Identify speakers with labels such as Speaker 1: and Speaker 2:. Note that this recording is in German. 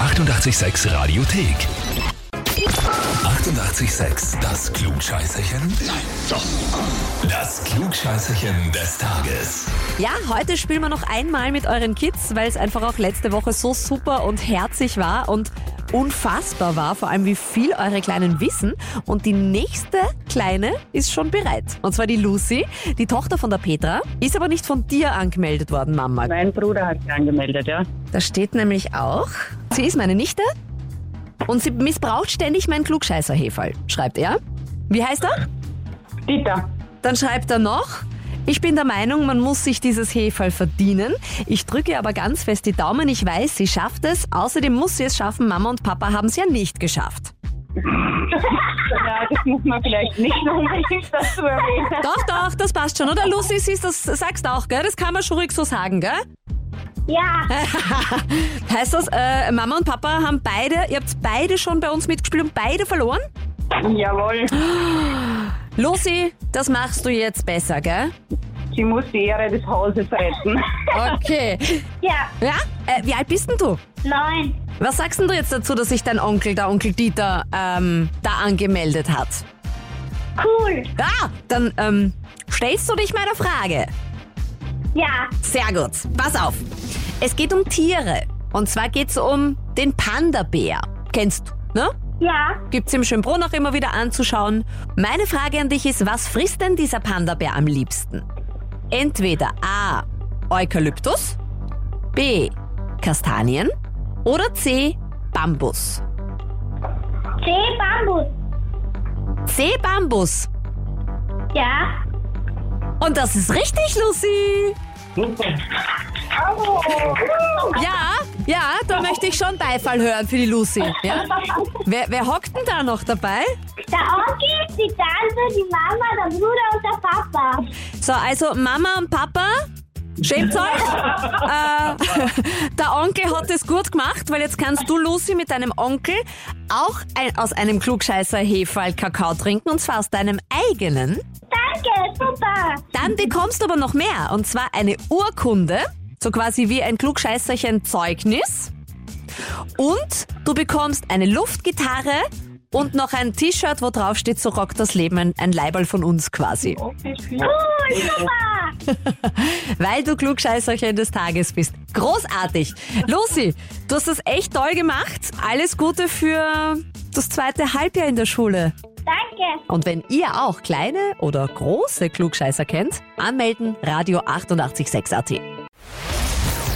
Speaker 1: 886 Radiothek. 88,6. Das Klugscheißerchen? Nein, doch. Das Klugscheißerchen des Tages.
Speaker 2: Ja, heute spielen wir noch einmal mit euren Kids, weil es einfach auch letzte Woche so super und herzig war und unfassbar war, vor allem wie viel eure Kleinen wissen. Und die nächste Kleine ist schon bereit. Und zwar die Lucy, die Tochter von der Petra, ist aber nicht von dir angemeldet worden, Mama.
Speaker 3: Mein Bruder hat sich angemeldet, ja.
Speaker 2: Da steht nämlich auch, sie ist meine Nichte und sie missbraucht ständig mein Klugscheißer-Heferl, schreibt er. Wie heißt er?
Speaker 3: Dieter.
Speaker 2: Dann schreibt er noch, ich bin der Meinung, man muss sich dieses Heferl verdienen. Ich drücke aber ganz fest die Daumen. Ich weiß, sie schafft es. Außerdem muss sie es schaffen. Mama und Papa haben es ja nicht geschafft.
Speaker 3: Ja, das muss man vielleicht nicht unbedingt dazu erwähnen.
Speaker 2: Doch, doch, das passt schon, oder? Lucy, siehst das sagst auch, gell? Das kann man schon ruhig so sagen, gell?
Speaker 3: Ja.
Speaker 2: Heißt das, äh, Mama und Papa haben beide, ihr habt beide schon bei uns mitgespielt und beide verloren?
Speaker 3: Jawohl,
Speaker 2: Lucy, das machst du jetzt besser, gell?
Speaker 3: sie muss die Ehre des Hauses retten.
Speaker 2: Okay.
Speaker 4: Ja,
Speaker 2: Ja? Äh, wie alt bist denn du?
Speaker 4: nein.
Speaker 2: Was sagst denn du jetzt dazu, dass sich dein Onkel, der Onkel Dieter, ähm, da angemeldet hat?
Speaker 4: Cool.
Speaker 2: Ja, dann ähm, stellst du dich meiner Frage.
Speaker 4: Ja,
Speaker 2: Sehr gut. Pass auf. Es geht um Tiere. Und zwar geht's um den Panda-Bär. Kennst du, ne?
Speaker 4: ja.
Speaker 2: Gibt's im Schönbrunn auch immer wieder anzuschauen. Meine Frage an dich ist, was frisst denn dieser Panda-Bär am liebsten? Entweder A. Eukalyptus, B. Kastanien oder C. Bambus.
Speaker 4: C Bambus.
Speaker 2: C. Bambus.
Speaker 4: Ja.
Speaker 2: Und das ist richtig, Lucy. Ja, ja, da möchte ich schon Beifall hören für die Lucy. Ja? Wer, wer hockt denn da noch dabei?
Speaker 4: Der Onkel, die Tante, die Mama, der Bruder und der Papa.
Speaker 2: So, also Mama und Papa, schämt euch. äh, der Onkel hat es gut gemacht, weil jetzt kannst du, Lucy, mit deinem Onkel auch ein, aus einem Klugscheißer Hefal Kakao trinken, und zwar aus deinem eigenen.
Speaker 4: Danke, super.
Speaker 2: Dann bekommst du aber noch mehr, und zwar eine Urkunde, so quasi wie ein Klugscheißerchen Zeugnis. Und du bekommst eine Luftgitarre und noch ein T-Shirt, wo drauf steht, so rockt das Leben, ein, ein Leiberl von uns quasi.
Speaker 4: Cool, super.
Speaker 2: Weil du Klugscheißerchen des Tages bist. Großartig. Lucy, du hast das echt toll gemacht. Alles Gute für das zweite Halbjahr in der Schule.
Speaker 4: Danke.
Speaker 2: Und wenn ihr auch kleine oder große Klugscheißer kennt, anmelden Radio 886 AT.